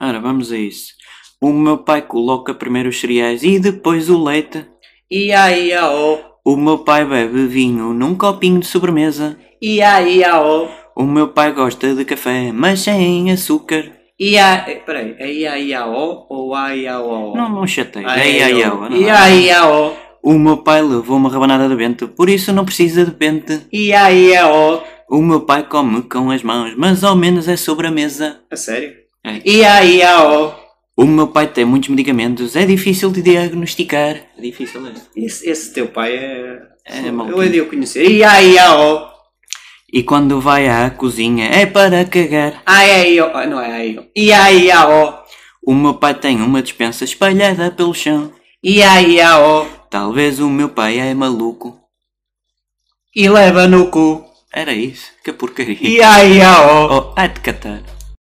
Ora, vamos a isso. O meu pai coloca primeiro os cereais e depois o leite. Ia, ia, ó. O meu pai bebe vinho num copinho de sobremesa. Ia, ia, ó. O meu pai gosta de café, mas sem açúcar. Ia, eh, peraí, é ia, ia, ó ou a, ia, ó? Não, não chatei. Ah, Ai, ai, ia, ai, ó. não Ia, dá. ia, ó. O meu pai levou uma rabanada de bento, por isso não precisa de pente. Ia, ia, ó. O meu pai come com as mãos, mas ao menos é sobre a mesa. É sério? É. Ia, ia, ó. O meu pai tem muitos medicamentos, é difícil de diagnosticar. É difícil, é? Esse, esse teu pai é... É eu maluquinho. hei de o conhecer. Ia, ia, ó. E quando vai à cozinha é para cagar. Ai, ai, ó. Ah, Não é ai, ó. Ia, ia, ó. O meu pai tem uma despensa espalhada pelo chão. Ia, ia, ó. Talvez o meu pai é maluco. E leva no cu. Era isso? Que porcaria. Ia, ia, ó. Oh, ai de catar.